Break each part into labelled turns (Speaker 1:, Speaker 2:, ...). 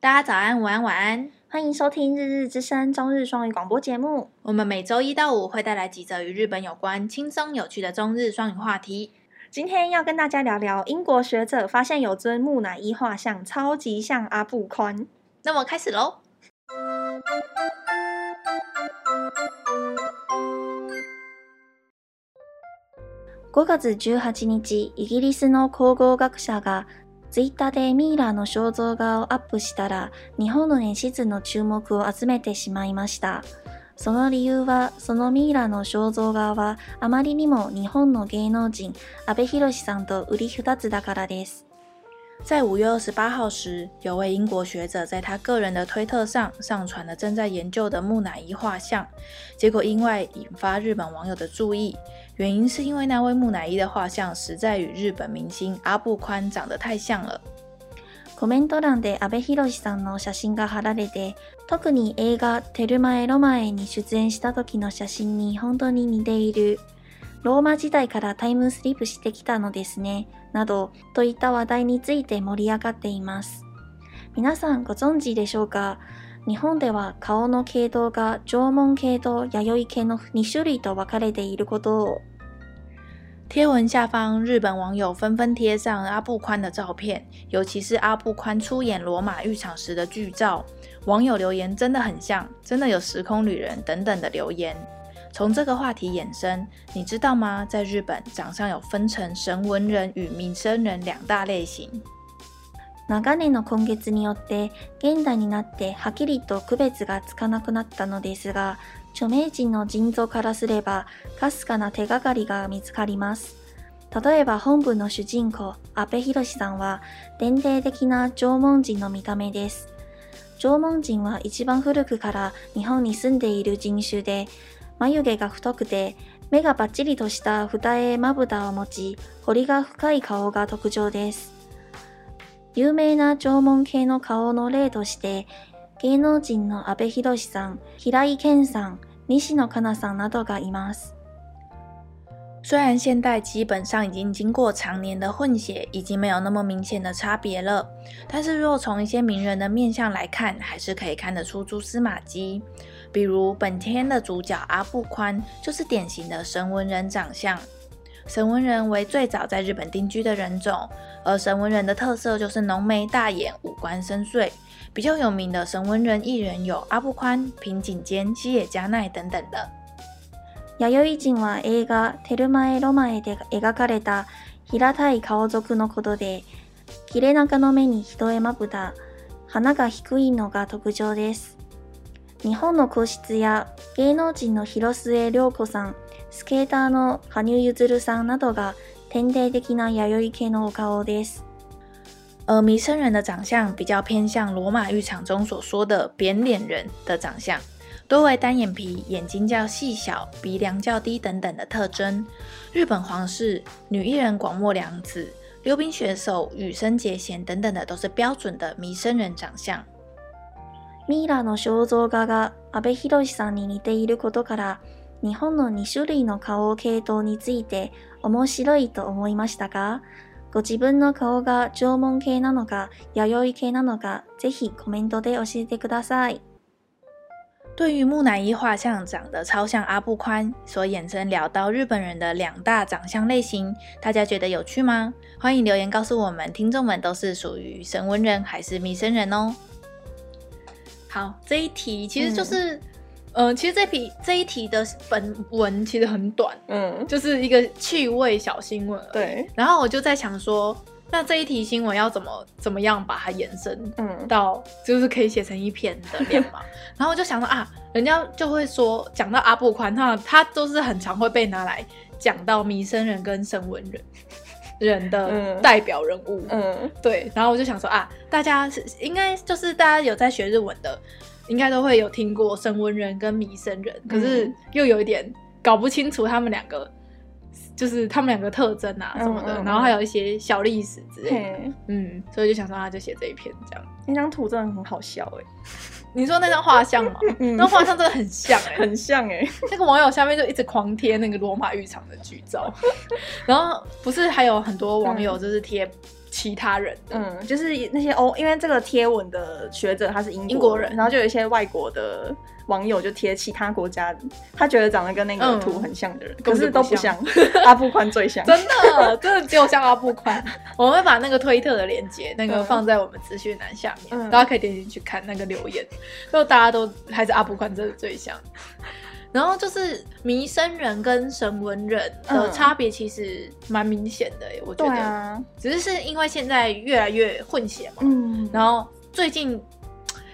Speaker 1: 大家早安、午安、晚安。
Speaker 2: 欢迎收听《日日之声》中日双语广播节目。
Speaker 1: 我们每周一到五会带来几则与日本有关、轻松有趣的中日双语话题。
Speaker 2: 今天要跟大家聊聊英国学者发现有尊木乃伊画像超级像阿布宽。
Speaker 1: 那么开始喽。
Speaker 2: 5月18日、イギリスの考古学者がツイッターでミイラの肖像画をアップしたら日本の絵師図の注目を集めてしまいましたその理由はそのミイラの肖像画はあまりにも日本の芸能人阿部寛さんと売り二つだからです
Speaker 1: 在五月二十八号时，有位英国学者在他个人的推特上上传了正在研究的木乃伊画像，结果因为引发日本网友的注意，原因是因为那位木乃伊的画像实在与日本明星阿部宽长得太像了。
Speaker 2: コメント欄で阿部寛さんの写真が貼られて特に映画「テルマエ・ロマエ」に出演した時の写真に本当に似ているローマ時代からタイムスリップしてきたのですねなどといった話題について盛り上がっています皆さんご存知でしょうか日本では顔の系統が縄文系と弥生系の2種類と分かれていることを
Speaker 1: 贴文下方，日本网友纷纷贴上阿部宽的照片，尤其是阿部宽出演罗马浴场时的剧照。网友留言真的很像，真的有时空旅人等等的留言。从这个话题衍生，你知道吗？在日本，掌上有分成神文人与民生人两大类型。
Speaker 2: 長年の根月によって現代になってはっきりと区別がつかなくなったのですが著名人の腎臓からすればかすかな手がかりが見つかります例えば本文の主人公阿部寛さんは伝統的な縄文人の見た目です縄文人は一番古くから日本に住んでいる人種で眉毛が太くて目がバッチリとした二重まぶたを持ち彫りが深い顔が特徴です有名な縄文系の顔の例として芸能人の阿部寛さん、平井堅さん、西野カナさんなどがいます。
Speaker 1: 虽然现代基本上已经经过常年的混血，已经没有那么明显的差别了，但是若从一些名人的面相来看，还是可以看得出蛛丝马迹。比如本片的主角阿部宽就是典型的神文人长相。神文人为最早在日本定居的人种，而神文人的特色就是浓眉大眼，五官深邃。比较有名的神文人艺人有阿部宽、平井坚、西野加奈等等的。
Speaker 2: 弥生人は映画「テルマエ・ロマエ」で描かれた平たい顔族のことで切れ中の目に一重まぶた鼻が低いのが特徴です日本の皇室や芸能人の広末涼子さんスケーターの羽生結弦さんなどが典型的な弥生系のお顔です
Speaker 1: 而弥生人的长相比较偏向罗马浴场中所说的扁脸人的长相，多为单眼皮、眼睛较细小、鼻梁较低等等的特征。日本皇室、女艺人广末凉子、溜冰选手羽生结弦等等的都是标准的弥生人长相。
Speaker 2: ミイラの肖像画が阿部寛さんに似ていることから日本の2種類の顔系統について面白いと思いましたがご自分の顔が縄文系なのか弥生系なのかぜひコメントで教えてください
Speaker 1: 对于木乃伊画像长得超像阿布宽，所衍生聊到日本人的两大长相类型，大家觉得有趣吗？欢迎留言告诉我们，听众们都是属于神文人还是弥生人哦。好，这一题其实就是，嗯、呃，其实这题这一题的本文其实很短，
Speaker 3: 嗯，
Speaker 1: 就是一个趣味小新闻。，
Speaker 3: 对，
Speaker 1: 然后我就在想说，那这一题新闻要怎么怎么样把它延伸
Speaker 3: 嗯，
Speaker 1: 到就是可以写成一篇的脸 嘛。然后我就想到啊，人家就会说讲到阿布宽，他他都是很常会被拿来讲到弥生人跟神文人人的
Speaker 3: 嗯
Speaker 1: 代表人物。
Speaker 3: 嗯，
Speaker 1: 对，然后我就想说啊，大家是应该就是大家有在学日文的，应该都会有听过神文人跟弥生人，
Speaker 3: 嗯
Speaker 1: 可是又有一点搞不清楚他们两个。就是他们两个特征啊什么
Speaker 3: 嗯
Speaker 1: 的，
Speaker 3: 嗯嗯
Speaker 1: 然后还有一些小历史之类的，
Speaker 3: 嘿，
Speaker 1: 嗯，所以就想说啊，就写这一篇这样。
Speaker 3: 那张图真的很好笑哎，
Speaker 1: 你说那张画像 吗？
Speaker 3: 嗯
Speaker 1: 那画像真的很像哎、
Speaker 3: 很像哎，
Speaker 1: 那个网友下面就一直狂贴那个罗马浴场的剧照，然后不是还有很多网友就是贴其他人的。
Speaker 2: 嗯，就是那些欧，因为这个贴文的学者他是英
Speaker 1: 英国人
Speaker 2: 然后就有一些外国的网友就贴其他国家，他觉得长得跟那个
Speaker 1: 嗯
Speaker 2: 图很像的人，
Speaker 1: 根
Speaker 2: 可
Speaker 1: 本
Speaker 2: 是
Speaker 1: 就
Speaker 2: 都
Speaker 1: 不
Speaker 2: 不像， 阿布宽最像。
Speaker 1: 真的，真的只有像阿布宽。 我们会把那个推特的链接，那个
Speaker 2: 嗯
Speaker 1: 放在我们资讯栏下面，
Speaker 2: 嗯
Speaker 1: 大家可以点进去看那个留言。就大家都还是阿布宽真的最像。然后就是弥生人跟神文人的
Speaker 2: 嗯
Speaker 1: 差别其实蛮明显的耶、欸我觉
Speaker 2: 对
Speaker 1: 得，
Speaker 2: 啊，
Speaker 1: 只是是因为现在越来越混血嘛，
Speaker 2: 嗯，
Speaker 1: 然后最近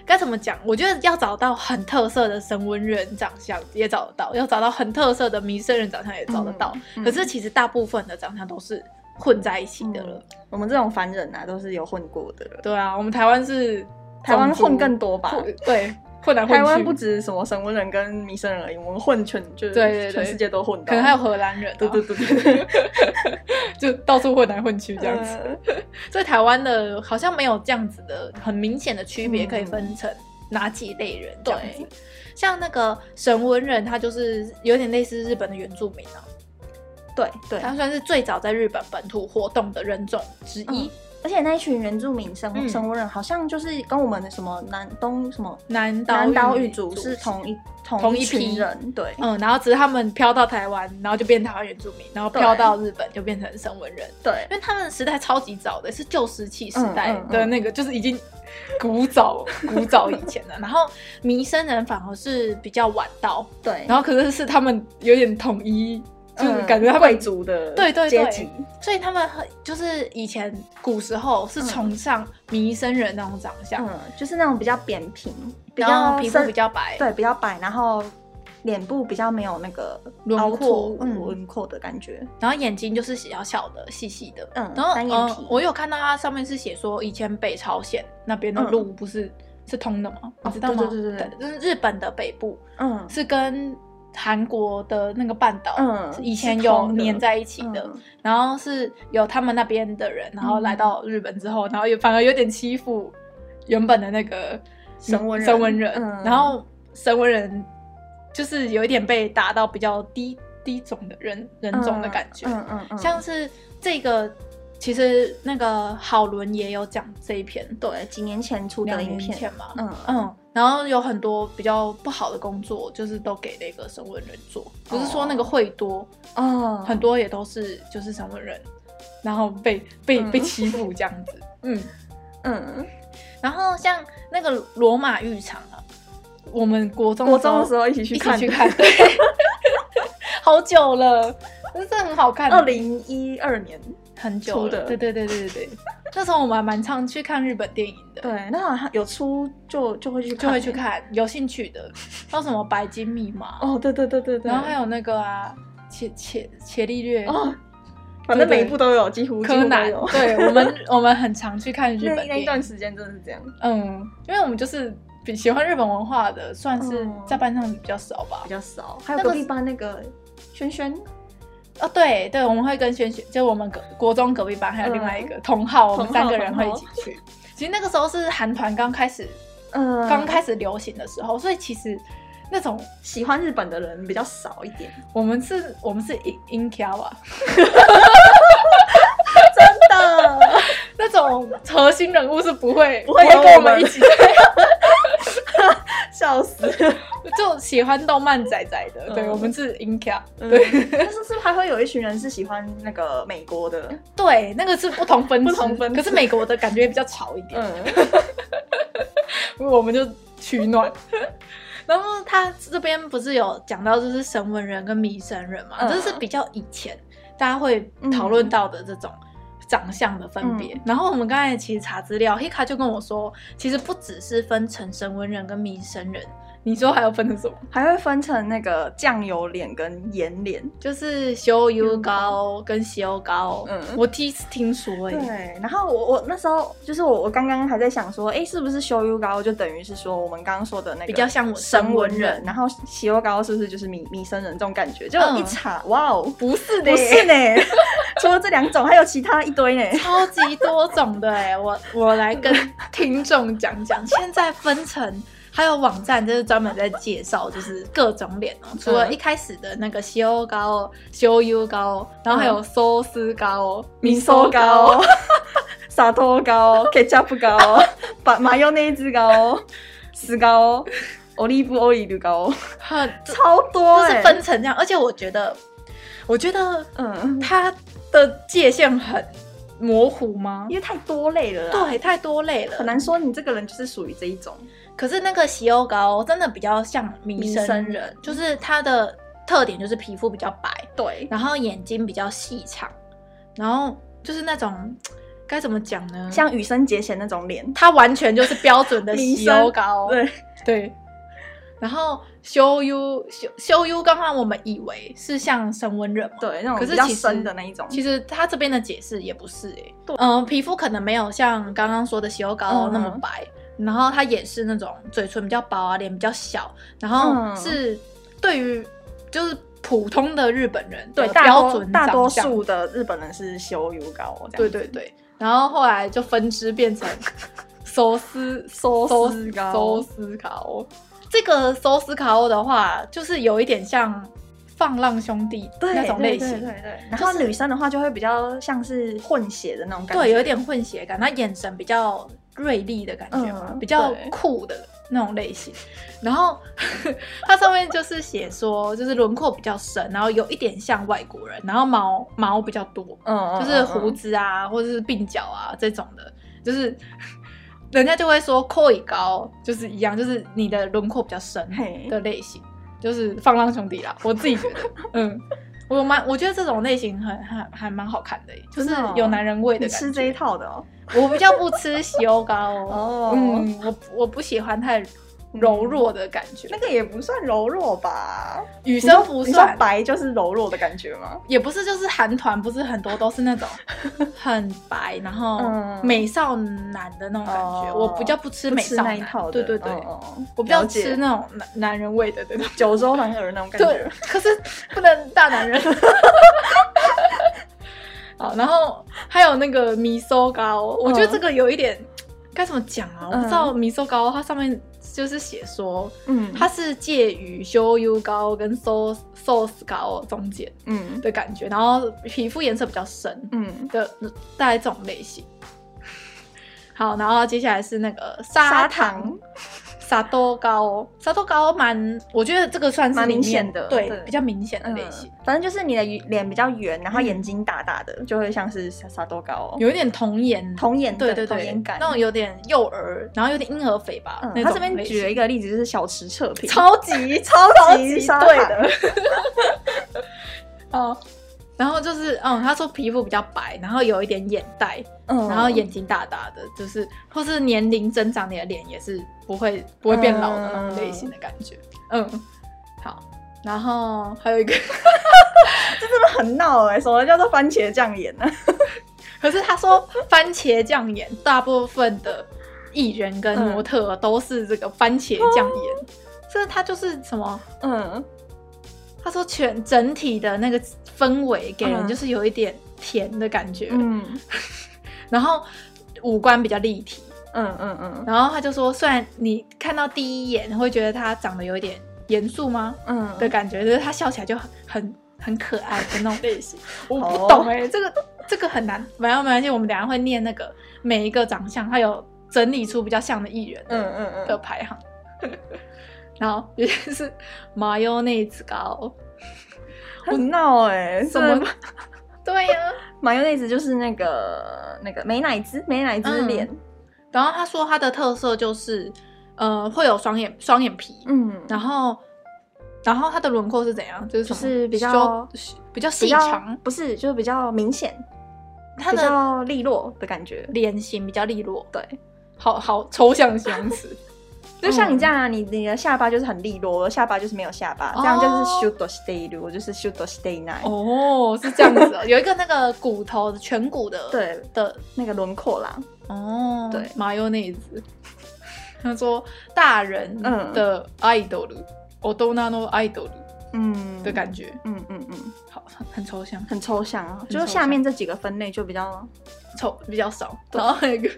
Speaker 1: 该怎么讲？我觉得要找到很特色的神文人长相也找得到，要找到很特色的弥生人长相也找得到。
Speaker 2: 嗯嗯
Speaker 1: 可是其实大部分的长相都是混在一起的了。
Speaker 2: 我们这种凡人啊，都是有混过的，
Speaker 1: 对啊，我们台湾是
Speaker 2: 台湾
Speaker 1: 种族
Speaker 2: 混更多吧
Speaker 1: 混对，混来混去。
Speaker 2: 台湾不止什么神文人跟弥生人而已，我们混全就是
Speaker 1: 对对对
Speaker 2: 全世界都混到，
Speaker 1: 可能还有荷兰人、啊，
Speaker 2: 对对 对对
Speaker 1: 就到处混来混去这样子。
Speaker 2: 呃
Speaker 1: 所以台湾的好像没有这样子的很明显的区别，
Speaker 2: 嗯
Speaker 1: 可以分成哪几类人这
Speaker 2: 对
Speaker 1: 样子。像那个神文人，他就是有点类似日本的原住民啊，
Speaker 2: 对对，
Speaker 1: 他算是最早在日本本土活动的人种之一。
Speaker 2: 而且那一群原住民
Speaker 1: 嗯
Speaker 2: 生生活人好像就是跟我们的什么南东什么
Speaker 1: 南岛
Speaker 2: 南岛
Speaker 1: 语
Speaker 2: 语族是同一
Speaker 1: 同
Speaker 2: 同
Speaker 1: 一
Speaker 2: 一
Speaker 1: 批
Speaker 2: 群人，对，
Speaker 1: 嗯，然后只是他们飘到台湾，然后就变台湾原住民，然后
Speaker 2: 对
Speaker 1: 飘到日本就变成神文人，
Speaker 2: 对
Speaker 1: 因为他们的时代超级早的，是旧石器时代
Speaker 2: 嗯嗯嗯
Speaker 1: 的那个，就是已经古早古早以前的。然后弥生人反而是比较晚到，
Speaker 2: 对，
Speaker 1: 然后可是是他们有点统一，就是感觉他们、
Speaker 2: 嗯贵族的
Speaker 1: 对对对
Speaker 2: 阶级，
Speaker 1: 所以他们很就是以前古时候是崇尚弥生人那种长相，
Speaker 2: 嗯，就是那种比较扁平，比
Speaker 1: 然后
Speaker 2: 较
Speaker 1: 皮肤
Speaker 2: 深
Speaker 1: 比较白，
Speaker 2: 对比较白，然后脸部比较没有那个
Speaker 1: 轮
Speaker 2: 凹
Speaker 1: 廓
Speaker 2: 凸
Speaker 1: 嗯
Speaker 2: 轮廓的感觉，
Speaker 1: 然后眼睛就是小小的、细细的，
Speaker 2: 嗯
Speaker 1: 然后
Speaker 2: 单眼皮
Speaker 1: 呃我有看到它上面是写说，以前北朝鲜那边的路不是、是通的吗？你知道吗？
Speaker 2: 嗯哦对对对对
Speaker 1: 就是日本的北部
Speaker 2: 嗯
Speaker 1: 是跟韩国的那个半岛，
Speaker 2: 嗯
Speaker 1: 是以前
Speaker 2: 是
Speaker 1: 有
Speaker 2: 通的
Speaker 1: 粘在一起的，
Speaker 2: 嗯
Speaker 1: 然后是有他们那边的人，然后来到
Speaker 2: 嗯
Speaker 1: 日本之后，然后也反而有点欺负原本的那个
Speaker 2: 神文人
Speaker 1: 神文人，
Speaker 2: 嗯
Speaker 1: 然后神文人就是有一点被打到比较低低种的人人种的感觉，
Speaker 2: 嗯嗯嗯，
Speaker 1: 像是这个其实那个好伦也有讲这一篇，
Speaker 2: 对几年前出
Speaker 1: 两
Speaker 2: 的影
Speaker 1: 年
Speaker 2: 片，
Speaker 1: 前嘛，
Speaker 2: 嗯
Speaker 1: 嗯，然后有很多比较不好的工作，就是都给那个神文人做，不是说那个会多，
Speaker 2: 哦
Speaker 1: 很多也都是就是神文人，然后被被
Speaker 2: 嗯
Speaker 1: 被欺负这样 子，嗯，
Speaker 2: 嗯，
Speaker 1: 然后像那个罗马浴场啊，我们国中
Speaker 2: 国中的时候一起去
Speaker 1: 一
Speaker 2: 看
Speaker 1: 起去看，对， 好久了，真是很好看，
Speaker 2: 二零一二年，
Speaker 1: 很久
Speaker 2: 出
Speaker 1: 了，
Speaker 2: 的
Speaker 1: 对对对对对对，那时候我们还蛮常去看日本电影的，
Speaker 2: 对，那好像有出就就会去看，
Speaker 1: 就会去。看有兴趣的，像什么白金密码，
Speaker 2: 哦，对对对对对，
Speaker 1: 然后还有那个啊，伽伽伽利略，
Speaker 2: 哦，反正每一部都有，几乎
Speaker 1: 柯南
Speaker 2: 几乎，都有。
Speaker 1: 对我们我们很常去看 日
Speaker 2: 那
Speaker 1: 本
Speaker 2: 那
Speaker 1: 电
Speaker 2: 一
Speaker 1: 影
Speaker 2: 段，时间真的是这样，
Speaker 1: 嗯，因为我们就是比喜欢日本文化的，算是
Speaker 2: 嗯
Speaker 1: 在班上比较少吧
Speaker 2: 比。较少。还有
Speaker 1: 那个
Speaker 2: 隔壁班那个轩轩，
Speaker 1: 哦，对对，我们会跟萱萱，就我们隔国中隔壁班还有另外一个同号，我们
Speaker 2: 同
Speaker 1: 三
Speaker 2: 好
Speaker 1: 个人
Speaker 2: 嗯同
Speaker 1: 会一
Speaker 2: 好
Speaker 1: 起去。其实那个时候是韩团刚开始
Speaker 2: 呃
Speaker 1: 刚开始流行的时候，所以其实那种
Speaker 2: 喜欢日本的人比较少一 点，
Speaker 1: 我们是，我们是 in in k a w a
Speaker 2: 真的。
Speaker 1: 那种核心人物是不会
Speaker 2: 不会有
Speaker 1: 跟我
Speaker 2: 我们
Speaker 1: 们一起，
Speaker 2: 笑死！
Speaker 1: 就喜欢动漫仔仔的。
Speaker 2: 嗯
Speaker 1: 对，我们是 in k a
Speaker 2: 对，嗯但是是不是还会有一群人是喜欢那个美国的？
Speaker 1: 对，那个是不同分支，
Speaker 2: 不同分支
Speaker 1: 可是美国的感觉比较潮一点，
Speaker 2: 嗯，
Speaker 1: 我们就取暖。 然后他这边不是有讲到，就是神文人跟弥生人嘛，
Speaker 2: 嗯
Speaker 1: 这是比较以前大家会讨论到的这种长相的分别。然后我们刚才其实查资料，Hika 就跟我说，其实不只是分成神文人跟弥生人，你说还要分成什么？
Speaker 2: 还会分成那个酱油脸跟盐脸。
Speaker 1: 就是修油膏跟修膏，
Speaker 2: 嗯
Speaker 1: 我第一次听说哎、
Speaker 2: 对，然后我我那时候就是我我刚刚还在想说，哎，是不是修油膏就等于是说我们刚刚说的那个
Speaker 1: 比较像我
Speaker 2: 神文
Speaker 1: 神文
Speaker 2: 人
Speaker 1: 人，
Speaker 2: 然后洗油膏是不是就是米米生人这种感觉？就
Speaker 1: 嗯
Speaker 2: 一查，哇哦，
Speaker 1: 不是的
Speaker 2: 不是呢，除了这两种，还有其他一 堆呢。
Speaker 1: 超级多种的哎、我我来跟听众讲讲， 现在分成还有网站，就是专门在介绍，就是各种脸哦、除了一开始的那个修嗯膏、修油膏，然后还有寿司膏、
Speaker 2: 米寿膏、 砂糖膏、ketchup 膏、把麻油那一只膏、石膏、olive oil 膏，
Speaker 1: 很
Speaker 2: 超多、
Speaker 1: 就是
Speaker 2: 欸，
Speaker 1: 分成这样，而且我觉得，我觉得
Speaker 2: 嗯，
Speaker 1: 它的界限很模糊吗
Speaker 2: 因？为太多类了啦，
Speaker 1: 对，太多类了，
Speaker 2: 很难说你这个人就是属于这一种。
Speaker 1: 可是那个洗欧膏真的比较像弥
Speaker 2: 弥
Speaker 1: 生
Speaker 2: 生
Speaker 1: 人
Speaker 2: 人，
Speaker 1: 就是它的特点就是皮肤比较白，
Speaker 2: 对，
Speaker 1: 然后眼睛比较细长，然后就是那种该怎么讲呢？
Speaker 2: 像羽生结弦那种脸，
Speaker 1: 它完全就是标准的
Speaker 2: 民
Speaker 1: 洗欧
Speaker 2: 生
Speaker 1: 膏，
Speaker 2: 对，
Speaker 1: 对。然后修 U 修修 U，刚刚我们以为是像升温热嘛，
Speaker 2: 对，那种
Speaker 1: 可是
Speaker 2: 比较
Speaker 1: 其实
Speaker 2: 深的那一种。
Speaker 1: 其实他这边的解释也不是哎、欸，嗯、皮肤可能没有像刚刚说的洗欧膏
Speaker 2: 嗯
Speaker 1: 那么白，然后它也是那种嘴唇比较薄啊，脸比较小，然后
Speaker 2: 嗯
Speaker 1: 是对于就是普通的日本人
Speaker 2: 对，
Speaker 1: 的
Speaker 2: 大
Speaker 1: 标
Speaker 2: 多
Speaker 1: 准
Speaker 2: 大多
Speaker 1: 长相
Speaker 2: 数的日本人是修油膏这
Speaker 1: 对
Speaker 2: 样子，
Speaker 1: 对对，然后后来就分支变 成寿司
Speaker 2: 寿
Speaker 1: 寿
Speaker 2: 司膏
Speaker 1: 寿司烤。这个寿司烤的话，就是有一点像放浪兄弟
Speaker 2: 对
Speaker 1: 那种类型，
Speaker 2: 对对对对然后
Speaker 1: 就是
Speaker 2: 女生的话就会比较像是混血的那种感觉，
Speaker 1: 对，有一点混血感，他眼神比较锐利的感觉嘛，
Speaker 2: 嗯
Speaker 1: 比较
Speaker 2: 对
Speaker 1: 酷的那种类型。然后 它上面就是写说，就是轮廓比较深，然后有一点像外国人，然后毛毛比较多，
Speaker 2: 嗯，嗯，
Speaker 1: 就是
Speaker 2: 嗯
Speaker 1: 胡。
Speaker 2: 嗯
Speaker 1: 子啊，或者是鬓角啊这种的，就是 人家就会说 “koi 高”，就是一样，就是你的轮廓比较深
Speaker 2: 嘿
Speaker 1: 的类型，就是放浪兄弟啦。我自己觉 得，嗯，我蛮我觉得这种类型很还还蛮好看的耶，就是
Speaker 2: 真的哦
Speaker 1: 有男人味
Speaker 2: 你
Speaker 1: 的感觉。
Speaker 2: 吃这一套的哦，
Speaker 1: 我比较不吃喜欧高哦，
Speaker 2: 哦嗯，
Speaker 1: 嗯，我我不喜欢太柔弱的感觉，
Speaker 2: 那个也不算柔弱吧？
Speaker 1: 女
Speaker 2: 女
Speaker 1: 生不算吧。
Speaker 2: 白就是柔弱的感觉吗？
Speaker 1: 也不是，就是韩团不是很多都是那种很白，然后
Speaker 2: 嗯
Speaker 1: 美少男的那种感觉。
Speaker 2: 哦
Speaker 1: 我比较不吃美
Speaker 2: 不吃
Speaker 1: 少
Speaker 2: 那
Speaker 1: 男，
Speaker 2: 一套
Speaker 1: 对
Speaker 2: 的，
Speaker 1: 对对，
Speaker 2: 嗯嗯嗯
Speaker 1: 我比较
Speaker 2: 了解
Speaker 1: 吃那种男男人味的那种。
Speaker 2: 九州男儿那种感
Speaker 1: 对
Speaker 2: 觉。，
Speaker 1: 可是不能大男人。 好，然后还有那个米收膏，我觉得这个有一点该怎么讲啊？我不知道米收膏它上面就是写说
Speaker 2: 嗯，
Speaker 1: 它是介于修 U 膏跟 so sauce 膏中间。
Speaker 2: 嗯
Speaker 1: 的感觉，然后皮肤颜色比较深
Speaker 2: 嗯，
Speaker 1: 的大概这种类型。好，然后接下来是那个砂
Speaker 2: 砂
Speaker 1: 糖
Speaker 2: 糖，
Speaker 1: 砂豆膏，砂豆膏蛮，我觉得这个算是
Speaker 2: 蛮
Speaker 1: 里面
Speaker 2: 明显的
Speaker 1: 对，
Speaker 2: 对
Speaker 1: 比较明显的
Speaker 2: 嗯
Speaker 1: 类型，，
Speaker 2: 反正就是你的脸比较圆，然后
Speaker 1: 嗯
Speaker 2: 眼睛大大的，就会像是沙沙多膏哦，
Speaker 1: 有一点童颜，
Speaker 2: 童颜
Speaker 1: 对对
Speaker 2: 童
Speaker 1: 对
Speaker 2: 颜，感嗯
Speaker 1: 那。种有点幼儿，然后有点婴儿肥吧，那
Speaker 2: 他
Speaker 1: 种
Speaker 2: 这边
Speaker 1: 类
Speaker 2: 举了
Speaker 1: 型
Speaker 2: 一个例子，就是小池测评，
Speaker 1: 超 级
Speaker 2: 超
Speaker 1: 级
Speaker 2: 沙
Speaker 1: 对
Speaker 2: 糖
Speaker 1: 的，哦，然后就是嗯，他说皮肤比较白，然后有一点眼袋，
Speaker 2: 嗯
Speaker 1: 然后眼睛大大的，就是或是年龄增长，你的脸也是不会不会变老的那种类型的感觉。嗯，好，然后还有一个，
Speaker 2: 很闹哎、什么叫做番茄酱啊眼呢、
Speaker 1: 可是他说番茄酱眼，大部分的艺人跟
Speaker 2: 嗯
Speaker 1: 模特儿都是这个番茄酱眼，
Speaker 2: 哦
Speaker 1: 这、他就是什么？
Speaker 2: 嗯，
Speaker 1: 他说全整体的那个氛围给人
Speaker 2: 嗯
Speaker 1: 就是有一点甜的感觉，
Speaker 2: 嗯
Speaker 1: 然后五官比较立体，
Speaker 2: 嗯嗯嗯
Speaker 1: 然后他就说，虽然你看到第一眼会觉得他长得有一点严肃吗
Speaker 2: 嗯，
Speaker 1: 的
Speaker 2: 对，
Speaker 1: 感觉，就是他笑起来就很很很可爱的那种 类型。我
Speaker 2: 好哦
Speaker 1: 不懂哎、这个这个很难。没有没关系，我们等一下会念那个每一个长相，他有整理出比较像的艺人
Speaker 2: 嗯
Speaker 1: 的,、
Speaker 2: 嗯
Speaker 1: 的
Speaker 2: 嗯，
Speaker 1: 排行。 然后有些是麻油内子膏，
Speaker 2: 很闹哎、欸，
Speaker 1: 什么
Speaker 2: 这？
Speaker 1: 对呀、
Speaker 2: 马油内子就是那个那个美乃滋，美乃滋
Speaker 1: 嗯
Speaker 2: 脸，
Speaker 1: 然后他说他的特色就是，呃，会有双眼双眼皮，
Speaker 2: 嗯，
Speaker 1: 然后，然后它的轮廓是怎样？就是什么
Speaker 2: 就是比较
Speaker 1: 修比较细
Speaker 2: 比较
Speaker 1: 长，
Speaker 2: 不是，就是比较明显，
Speaker 1: 它
Speaker 2: 比
Speaker 1: 的
Speaker 2: 较利落的感觉，
Speaker 1: 脸型比较利落，
Speaker 2: 对，
Speaker 1: 好好抽象的形容词。
Speaker 2: 就像
Speaker 1: 嗯
Speaker 2: 你这样啊，你你的下巴就是很利落，我的下巴就是没有下巴，这样就是
Speaker 1: 哦
Speaker 2: shoot stay 我就是 shoot stay night，、
Speaker 1: 哦，是这样子、哦， 有一个那个骨头颧骨的，
Speaker 2: 对
Speaker 1: 的，
Speaker 2: 那个轮廓啦，
Speaker 1: 哦，
Speaker 2: 对
Speaker 1: 马优内子。他说大人
Speaker 2: 嗯
Speaker 1: 的 idol，大人の idol
Speaker 2: 嗯
Speaker 1: 的感觉，
Speaker 2: 嗯嗯嗯，
Speaker 1: 好，很抽象，
Speaker 2: 很抽象啊，
Speaker 1: 抽
Speaker 2: 就
Speaker 1: 象
Speaker 2: 是下面这几个分类就比较
Speaker 1: 抽比较少。然后还有一个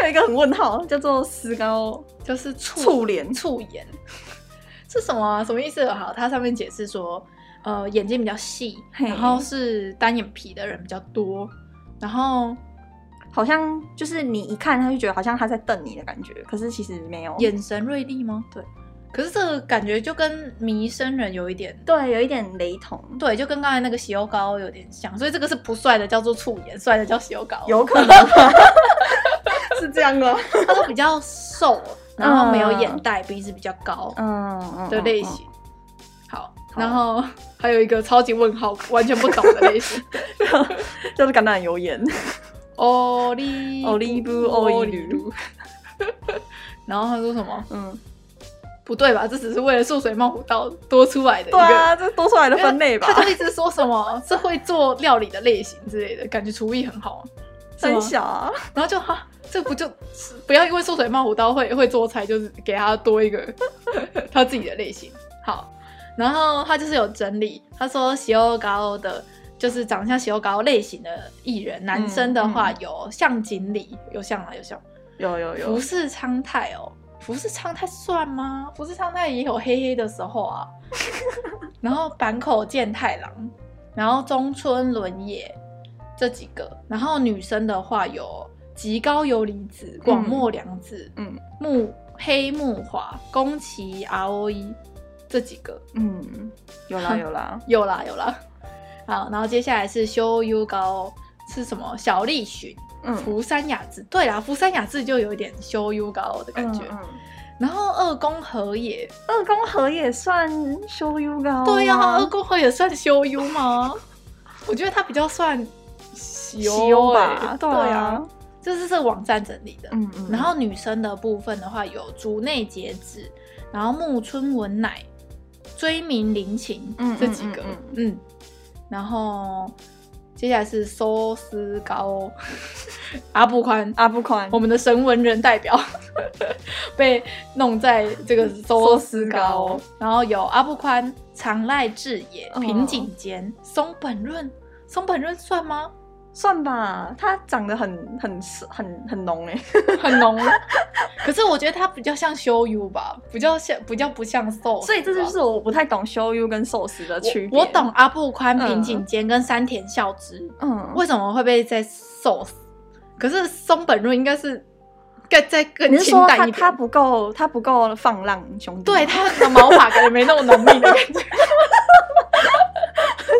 Speaker 2: 还有一个很问号，叫做石膏
Speaker 1: 就是触
Speaker 2: 触脸，
Speaker 1: 触眼， 是什么啊、什么意思？好，它上面解释说，呃，眼睛比较细，
Speaker 2: 嘿
Speaker 1: 然后是单眼皮的人比较多，然后
Speaker 2: 好像就是你一看他就觉得好像他在瞪你的感觉，可是其实没有。
Speaker 1: 眼神锐利吗？
Speaker 2: 对。
Speaker 1: 可是这个感觉就跟迷生人有一点，
Speaker 2: 对，有一点雷同，
Speaker 1: 对，就跟刚才那个喜欧膏有点像，所以这个是不帅的叫做醋颜，帅的叫喜欧膏。
Speaker 2: 有可 能吧是这样吗？
Speaker 1: 他都比较瘦，然后没有眼袋，鼻子比较高
Speaker 2: 嗯嗯
Speaker 1: 的类型。好，然后还有一个超级问号，完全不懂的类型。
Speaker 2: 就是橄榄油盐，
Speaker 1: 奥利
Speaker 2: 奥利布奥利
Speaker 1: 布。然后他说什么？
Speaker 2: 嗯，
Speaker 1: 不对吧？这只是为了溯水冒虎道多出来的一
Speaker 2: 对
Speaker 1: 个
Speaker 2: 啊，这多出来的
Speaker 1: 因为
Speaker 2: 分类吧，
Speaker 1: 他就一直说什么是会做料理的类型之类的，感觉厨艺很好，是吗
Speaker 2: 很小啊，
Speaker 1: 然后就哈，这不就是不要因为缩水冒虎刀会会做菜，就是给他多一个他自己的类型。好，然后他就是有整理，他说喜欧高的。就是长相喜欧高类型的艺人，男生的话有向锦鲤，有向啊有向，
Speaker 2: 有有有
Speaker 1: 服，饰昌泰哦，服饰昌泰算吗？服饰昌泰也有黑黑的时候啊。然后坂口健太郎，然后中村伦也这几个，然后女生的话有极高游离子、广末凉子、
Speaker 2: 嗯
Speaker 1: 木黑木华、宫崎 ROE 这几个
Speaker 2: 嗯，有啦有啦，
Speaker 1: 有啦有啦。好，然后接下来是修优高哦是什么？小栗旬、
Speaker 2: 嗯，
Speaker 1: 福山雅治。对啦，福山雅治就有一点修优高的感觉。
Speaker 2: 嗯嗯
Speaker 1: 然后二宫和也，
Speaker 2: 二宫和也算修 U 高，
Speaker 1: 对呀、二宫和也算修优 吗？我觉得他比较算修、欸、
Speaker 2: 修吧，
Speaker 1: 对
Speaker 2: 啊，
Speaker 1: 这是这网站整理的。
Speaker 2: 嗯嗯，
Speaker 1: 然后女生的部分的话，有竹内结子，然后木村文乃、追名林琴、
Speaker 2: 嗯
Speaker 1: 这几个，
Speaker 2: 嗯
Speaker 1: 嗯然后接下来是寿司高 阿布宽，
Speaker 2: 阿布宽
Speaker 1: 我，们的神文人代 表被弄在这个寿司
Speaker 2: 寿
Speaker 1: 高
Speaker 2: 司，
Speaker 1: 然后有阿布宽、长濑智也、
Speaker 2: 哦
Speaker 1: 平井坚、松本润，松本润算吗？
Speaker 2: 算吧，他长得很很很 很浓哎、
Speaker 1: 很浓， 可是我觉得他比较像修 U 吧，比较像比较不像寿司吧，
Speaker 2: 所以这就是我不太懂修 U 跟寿司的区别。
Speaker 1: 我我懂，阿布宽、
Speaker 2: 嗯
Speaker 1: 平井坚跟山田孝之
Speaker 2: 嗯，
Speaker 1: 为什么会被在寿司，可是松本润应该是再再更
Speaker 2: 你是
Speaker 1: 清
Speaker 2: 说
Speaker 1: 淡
Speaker 2: 他
Speaker 1: 一点
Speaker 2: 他。不够他不够放浪兄弟？
Speaker 1: 对，他的毛发感觉没那么浓密的感觉，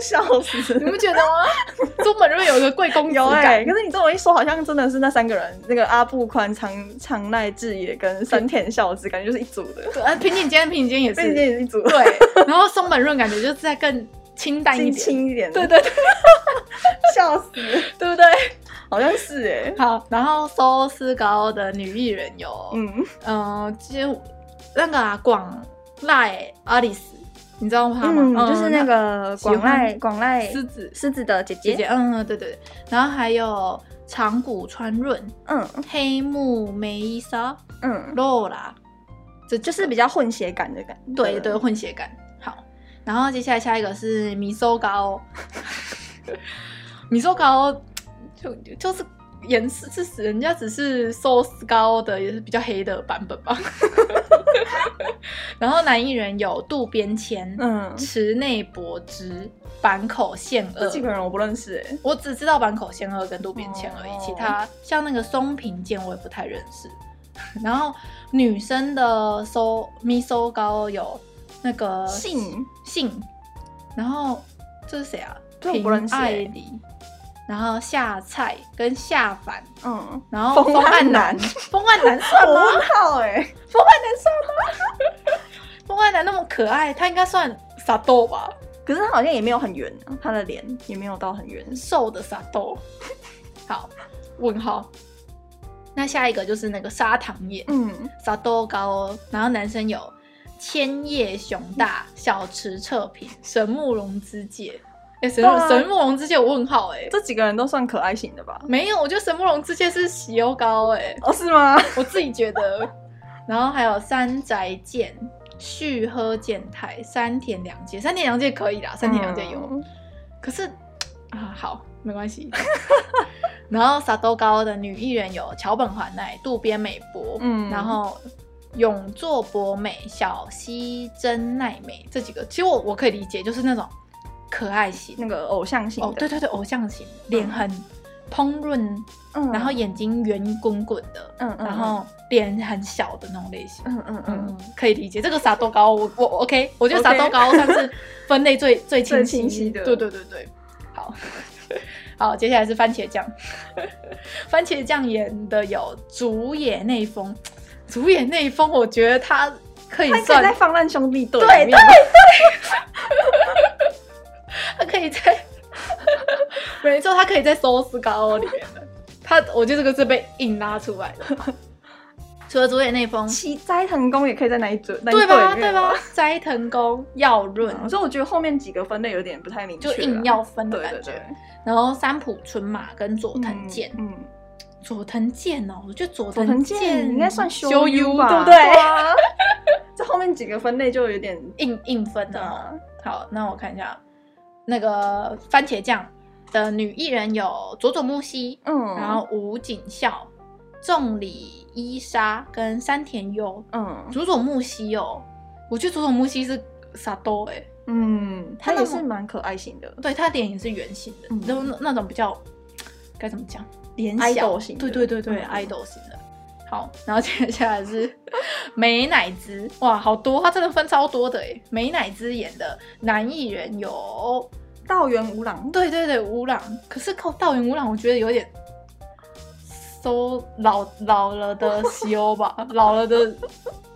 Speaker 2: 笑死
Speaker 1: 你。不觉得 吗？松本润有一个贵公子
Speaker 2: 有
Speaker 1: 感，
Speaker 2: 哎、可是你这么一说，好像真的是那三个人，那个阿布宽、长长濑智也跟山田孝之，感觉就是一组的，
Speaker 1: 对，呃平井坚平井坚也
Speaker 2: 毕竟
Speaker 1: 是
Speaker 2: 也是一组，
Speaker 1: 对，然后松本润感觉就是再更清淡一点，
Speaker 2: 轻轻一点，
Speaker 1: 对，对对，
Speaker 2: 笑死，
Speaker 1: 对不对？
Speaker 2: 好像是哎、
Speaker 1: 好，然后收斯高的女艺人有，
Speaker 2: 嗯，
Speaker 1: 嗯、呃，就那个啊广濑阿里斯，你知道她吗？
Speaker 2: 嗯，就是那个
Speaker 1: 喜
Speaker 2: 广
Speaker 1: 欢
Speaker 2: 濑广濑
Speaker 1: 狮子
Speaker 2: 狮子的姐姐，
Speaker 1: 姐姐，嗯，嗯对对对，然后还有长谷川润、
Speaker 2: 嗯
Speaker 1: 黑木梅伊莎、
Speaker 2: 嗯，
Speaker 1: 露拉，这
Speaker 2: 就
Speaker 1: 就是
Speaker 2: 比较混血感的感，
Speaker 1: 对对，混血感。好，然后接下来下一个是米寿高，米寿高就就是颜色，是死人家只是寿司高的，也是比较黑的版本吧。 然后男艺人有渡边谦、
Speaker 2: 嗯，
Speaker 1: 池内博之、坂口宪
Speaker 2: 这
Speaker 1: 二。
Speaker 2: 几个人我不认识哎、
Speaker 1: 我只知道坂口宪二跟渡边谦而已，
Speaker 2: 哦
Speaker 1: 其他像那个松平健我也不太认识。 然后女生的收咪收高有那个
Speaker 2: 呃信
Speaker 1: 信，然后这是谁啊？
Speaker 2: 这我
Speaker 1: 平
Speaker 2: 不认识
Speaker 1: 爱
Speaker 2: 欸
Speaker 1: 梨，然后夏菜跟夏凡，
Speaker 2: 嗯，
Speaker 1: 然后
Speaker 2: 风
Speaker 1: 风
Speaker 2: 汉
Speaker 1: 岸
Speaker 2: 男哦
Speaker 1: 男，风岸男算
Speaker 2: 我
Speaker 1: 吗？
Speaker 2: 问号哎、
Speaker 1: 风岸男那么可爱，他应该算傻豆吧？
Speaker 2: 可是他好像也没有很圆、啊，他的脸也没有到很圆。
Speaker 1: 瘦的傻豆。好，问号。那下一个就是那个砂糖眼，
Speaker 2: 嗯，
Speaker 1: 沙多高，哦然后男生有千叶雄大、小池彻平、神木隆之介。哎、神
Speaker 2: 对啊
Speaker 1: 神木隆之介，我问号哎、
Speaker 2: 这几个人都算可爱型的吧？
Speaker 1: 没有，我觉得神木隆之介是喜优高哎、
Speaker 2: 哦，是吗？
Speaker 1: 我自己觉得。 然后还有山宅健、旭喝健太、山田凉介，山田凉介可以啦，山田凉介有，
Speaker 2: 嗯
Speaker 1: 可是啊，好，没关系。 然后沙多高的女艺人有桥本环奈、渡边美博，
Speaker 2: 嗯
Speaker 1: 然后永作博美、小西真奈美这几个，其实我我可以理解，就是那种可爱型哦
Speaker 2: 那个偶像型的。
Speaker 1: 哦，对对对，偶像型，脸很烹润，
Speaker 2: 嗯
Speaker 1: 然后眼睛圆滚滚的，
Speaker 2: 嗯嗯，
Speaker 1: 然后脸很小的那种类型。
Speaker 2: 嗯嗯嗯，
Speaker 1: 嗯，可以理解这个傻豆糕，我我 OK，我觉得
Speaker 2: OK
Speaker 1: 傻豆糕算是分类 最最清
Speaker 2: 最
Speaker 1: 晰
Speaker 2: 清晰的
Speaker 1: 对对对对，好 好，接下来是番茄酱， 番茄酱演的有竹野内丰，竹野内丰，我觉得他可以
Speaker 2: 他可以
Speaker 1: 算
Speaker 2: 在放烂兄弟队
Speaker 1: 对
Speaker 2: 里面
Speaker 1: 他可以在，没错，他可以在寿司高里面 的。他，我觉得这个是被硬拉出来的。除了竹野内丰，
Speaker 2: 其斋藤工也可以在那一组，那一
Speaker 1: 对吧？
Speaker 2: 队里
Speaker 1: 对
Speaker 2: 面
Speaker 1: 吧
Speaker 2: 吧？？
Speaker 1: 斋藤工、耀润，
Speaker 2: 嗯所以我觉得后面几个分类有点不太明确
Speaker 1: 就
Speaker 2: 啊，
Speaker 1: 硬要分的
Speaker 2: 对
Speaker 1: 感
Speaker 2: 对
Speaker 1: 觉。
Speaker 2: 对，
Speaker 1: 然后三浦春马跟佐
Speaker 2: 嗯
Speaker 1: 藤健，
Speaker 2: 嗯，
Speaker 1: 佐藤健哦，我觉得佐
Speaker 2: 佐藤
Speaker 1: 健
Speaker 2: 健应该算
Speaker 1: 修
Speaker 2: U 吧，
Speaker 1: 对不对？
Speaker 2: 啊？ 这后面几个分类就有点
Speaker 1: 硬硬分的哦。
Speaker 2: 啊，
Speaker 1: 好，那我看一下那个番茄酱的女艺人有佐佐木希，
Speaker 2: 嗯，
Speaker 1: 然后吴锦孝、仲里伊莎跟山田优、
Speaker 2: 嗯
Speaker 1: 佐佐木希哦，我觉得佐佐木希是傻多哎、
Speaker 2: 嗯，
Speaker 1: 他
Speaker 2: 他
Speaker 1: 那
Speaker 2: 也
Speaker 1: 么
Speaker 2: 是蛮可爱型的，
Speaker 1: 对他脸也是圆形的
Speaker 2: 嗯，
Speaker 1: 然后、那那种比较该怎么讲，脸
Speaker 2: idol
Speaker 1: 小
Speaker 2: 型的
Speaker 1: 对对对对、
Speaker 2: 嗯
Speaker 1: i d o l 型的。好，然后接下来 是美乃滋，哇，好多，他真的分超多的哎。美乃滋演的男艺人有，
Speaker 2: 道元吾郎，
Speaker 1: 对对对，吴朗，可是靠道元吴朗，我觉得有点收老老了 的修吧，老了的，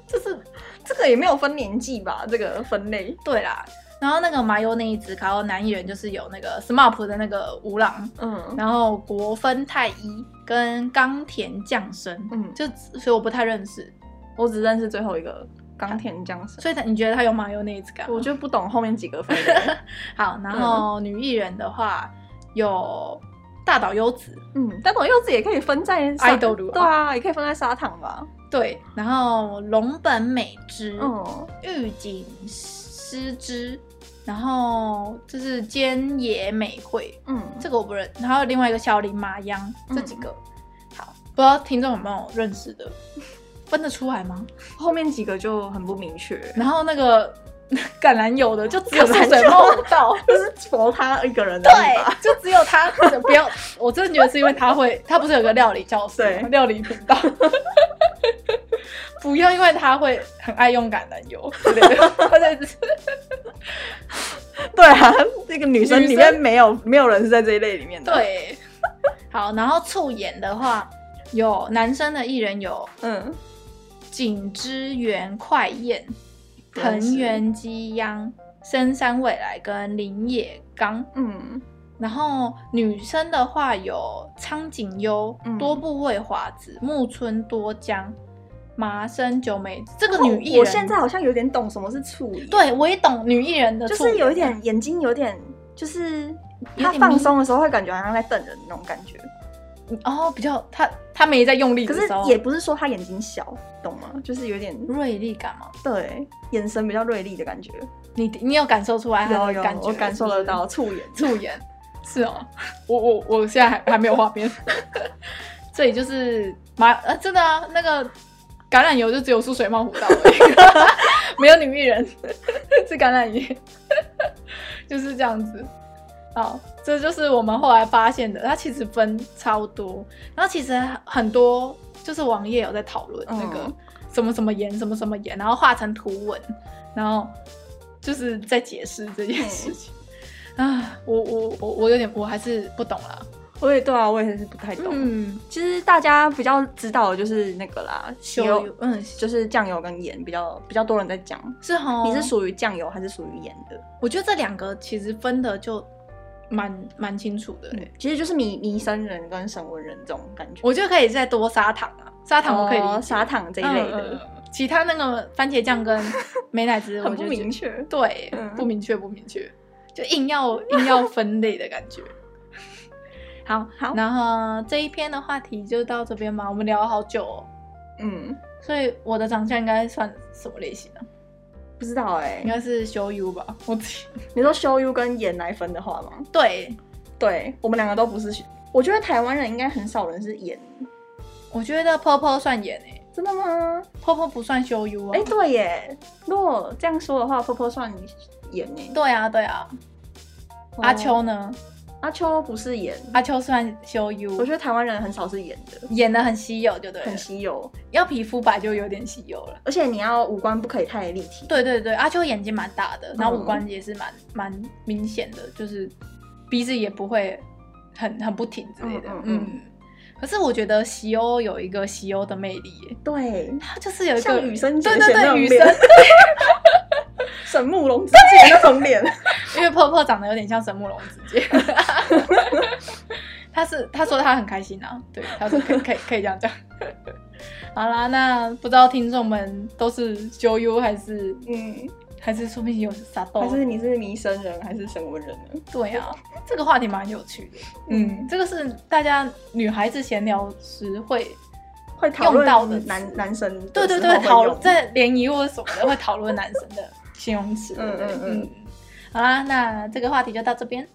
Speaker 1: 就是
Speaker 2: 这个也没有分年纪吧？这个分类，
Speaker 1: 对啦。然后那个麻油那一只，然后男艺人就是有那个 SMAP 的那个吴朗，
Speaker 2: 嗯
Speaker 1: 然后国分太一跟冈田将生，
Speaker 2: 嗯，
Speaker 1: 就所以我不太认识，
Speaker 2: 我只认识最后一个冈田将生，
Speaker 1: 所以他你觉得他有麻油那一只感吗？
Speaker 2: 我就不懂后面几个分类，
Speaker 1: 好，然后女艺人的话有大岛优子，
Speaker 2: 嗯，但我柚子也可以分在沙
Speaker 1: Idol 啊
Speaker 2: 对啊，也可以分在砂糖吧，
Speaker 1: 对，然后龙本美之、
Speaker 2: 嗯
Speaker 1: 玉井诗之，然后就是菅野美惠，
Speaker 2: 嗯，
Speaker 1: 这个我不认，然后另外一个小林麻央，这几
Speaker 2: 嗯
Speaker 1: 个、好，不知道听众有没有认识的， 分得出来吗？
Speaker 2: 后面几个就很不明确。
Speaker 1: 然后那个 橄榄油的就只有
Speaker 2: 橄
Speaker 1: 是
Speaker 2: 榄
Speaker 1: 水
Speaker 2: 油
Speaker 1: 梦到，
Speaker 2: 就是佛他一个人的地
Speaker 1: 对，
Speaker 2: 方，
Speaker 1: 就只有他不要，我真的觉得是因为他会，他不是有个料理教室吗，
Speaker 2: 对
Speaker 1: 料理频道， 不要因为他会很爱用橄榄油之类的，他在
Speaker 2: 对啊，这个女生里
Speaker 1: 女
Speaker 2: 面
Speaker 1: 生
Speaker 2: 没有没有人是在这一类里面的。，
Speaker 1: 对，好，然后促演的话，有男生的艺人有
Speaker 2: 嗯，
Speaker 1: 景之源快彦、
Speaker 2: 不认识
Speaker 1: 藤原基央、深山未来跟林野刚。
Speaker 2: 嗯
Speaker 1: 然后女生的话有苍井优、
Speaker 2: 嗯
Speaker 1: 多部未华子、木村多江、麻生久美子，这个
Speaker 2: 我
Speaker 1: 女艺人，
Speaker 2: 哦我现在好像有点懂什么是处理，，
Speaker 1: 对我也懂女艺人的
Speaker 2: 就
Speaker 1: 处，
Speaker 2: 是有一点眼睛有点，就是
Speaker 1: 有
Speaker 2: 她
Speaker 1: 点
Speaker 2: 放松的时候会感觉好像在瞪人那种感觉，
Speaker 1: 哦，比较她她没在用力
Speaker 2: 可
Speaker 1: 的
Speaker 2: 是
Speaker 1: 时候，
Speaker 2: 也不是说她嗯眼睛小，懂吗？就是有点
Speaker 1: 锐利感嘛，
Speaker 2: 对眼神比较锐利的感觉，
Speaker 1: 你你有感受出来她
Speaker 2: 有
Speaker 1: 的
Speaker 2: 啊有
Speaker 1: 感，觉，
Speaker 2: 我感受得到
Speaker 1: 是
Speaker 2: 触眼
Speaker 1: 不，是素颜，是哦， 我我我现在还还没有画面，所以就是麻呃真的啊，那个橄榄油就只有出水漫湖道而 已，没有女艺人，是橄榄油， 就是这样子。好，这就是我们后来发现的，它其实分超多，然后其实很多就是网页有在讨论
Speaker 2: 嗯
Speaker 1: 那个什么什么盐什么什么盐，然后画成图文，然后就是在解释这件事情。啊，我我我我有点我还是不懂啦。
Speaker 2: 我也对啊，我也是不太懂。
Speaker 1: 嗯，
Speaker 2: 其实大家比较知道的就是那个啦，
Speaker 1: 修
Speaker 2: 油
Speaker 1: 油嗯
Speaker 2: 就是酱油跟盐比较比较多人在讲。
Speaker 1: 是哈，
Speaker 2: 你是属于酱油还是属于盐的？
Speaker 1: 我觉得这两个其实分的就蛮蛮清楚的、欸。
Speaker 2: 嗯，其实就是迷迷生人跟神文人这种感觉。
Speaker 1: 我觉得可以再多砂糖啊，砂糖我可以理解、
Speaker 2: 哦砂糖这一类
Speaker 1: 嗯嗯
Speaker 2: 的，
Speaker 1: 嗯其他那个番茄酱跟美乃 滋，我
Speaker 2: 很
Speaker 1: 就
Speaker 2: 不
Speaker 1: 觉
Speaker 2: 明
Speaker 1: 得
Speaker 2: 确。
Speaker 1: 对、
Speaker 2: 嗯
Speaker 1: 不明确不明确，就硬要硬要分类的感觉。好，
Speaker 2: 好
Speaker 1: 然后这一篇的话题就到这边吧，我们聊了好久哦。
Speaker 2: 嗯，
Speaker 1: 所以我的长相应该算什么类型啊？
Speaker 2: 不知道哎
Speaker 1: 应。该是修 U 吧，我自己
Speaker 2: 你说修 U 跟盐来分的话吗？
Speaker 1: 对，
Speaker 2: 对我们两个都不是修。我觉得台湾人应该很少人是盐，
Speaker 1: 我觉得 Popo 算演诶、
Speaker 2: 真的吗？
Speaker 1: 欸、，Popo 不算修 U 啊。
Speaker 2: 哎，对耶。如果这样说的话，婆婆算盐呢？
Speaker 1: 对啊，对啊。
Speaker 2: 哦
Speaker 1: 阿秋呢？
Speaker 2: 阿秋不是演，
Speaker 1: 阿秋虽然修 U，
Speaker 2: 我觉得台湾人很少是演的，
Speaker 1: 演的很稀有，就对了
Speaker 2: 很，稀有，
Speaker 1: 要皮肤白就有点稀有了。
Speaker 2: 而且你要五官不可以太立体。
Speaker 1: 对对对，阿秋眼睛蛮大的，然后五
Speaker 2: 嗯
Speaker 1: 官也是蛮蛮明显的，就是鼻子也不会很很不挺之类的。
Speaker 2: 嗯
Speaker 1: 嗯
Speaker 2: 嗯
Speaker 1: 可是我觉得西欧有一个西欧的魅力耶，
Speaker 2: 对，
Speaker 1: 它就是有一个
Speaker 2: 像羽生结
Speaker 1: 对
Speaker 2: 弦
Speaker 1: 对
Speaker 2: 那
Speaker 1: 对，
Speaker 2: 种
Speaker 1: 雨
Speaker 2: 脸
Speaker 1: 生，
Speaker 2: 神木隆之介那 种脸，
Speaker 1: 因为泡泡长得有点像神木隆子介。 他是他说他很开心啊，对，他说可以可以可以这样讲。 好啦，那不知道听众们都是修 U 还是
Speaker 2: 嗯，
Speaker 1: 还是说不定有啥豆，
Speaker 2: 还是你是弥生人还是神文人呢？
Speaker 1: 对啊，这个话题蛮有趣的。
Speaker 2: 嗯
Speaker 1: 嗯，这个是大家女孩子闲聊时会，
Speaker 2: 会讨
Speaker 1: 用
Speaker 2: 论
Speaker 1: 到的
Speaker 2: 男男生的
Speaker 1: 对对
Speaker 2: 时候
Speaker 1: 对，
Speaker 2: 会
Speaker 1: 讨
Speaker 2: 用
Speaker 1: 在联谊或者什么的会讨论男生的形容词。
Speaker 2: 嗯
Speaker 1: 对不对
Speaker 2: 嗯嗯。
Speaker 1: 好啦，那这个话题就到这边。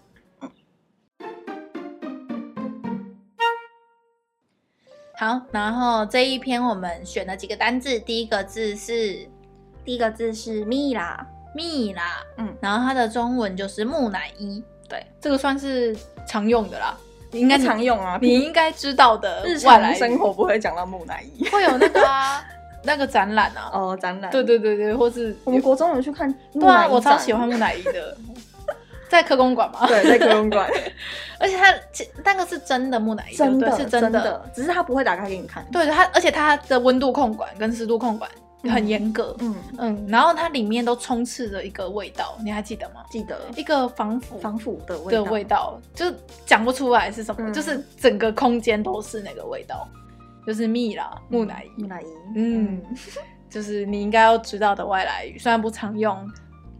Speaker 1: 好，然后这一篇我们选了几个单字，第一个字是
Speaker 4: 第一个字是蜜啦，
Speaker 1: 蜜啦，
Speaker 2: 嗯
Speaker 1: 嗯，然后它的中文就是木乃伊，对，这个算是常用的啦，你应该
Speaker 2: 应该常用啊，
Speaker 1: 你应该知道的
Speaker 2: 日
Speaker 1: 外来
Speaker 2: 常
Speaker 1: 语
Speaker 2: 生活不会讲到木乃伊
Speaker 1: 会有那个啊，那个展览啊，
Speaker 2: 哦，展览
Speaker 1: 对，对对对，或是
Speaker 2: 我们国中有去看木乃伊
Speaker 1: 对啊，我超
Speaker 2: 展
Speaker 1: 喜欢木乃伊的，在科公馆嘛，
Speaker 2: 对，在科公馆
Speaker 1: 而且它其那个是真的木乃伊，对不
Speaker 2: 真
Speaker 1: 对
Speaker 2: 的
Speaker 1: 是
Speaker 2: 真
Speaker 1: 的，，
Speaker 2: 只是他不会打开给你看，
Speaker 1: 对它，而且它的温度控管跟湿度控管很严格，
Speaker 2: 嗯，
Speaker 1: 嗯，然后它里面都充斥着一个味道，你还记得吗？
Speaker 2: 记得
Speaker 1: 一个防腐
Speaker 2: 防腐的味
Speaker 1: 的
Speaker 2: 道，
Speaker 1: 味道，就讲不出来是什么，
Speaker 2: 嗯
Speaker 1: 就是整个空间都是那个味道，就是蜜啦，木乃伊，
Speaker 2: 木乃伊，
Speaker 1: 嗯， 就是你应该要知道的外来语，虽然不常用。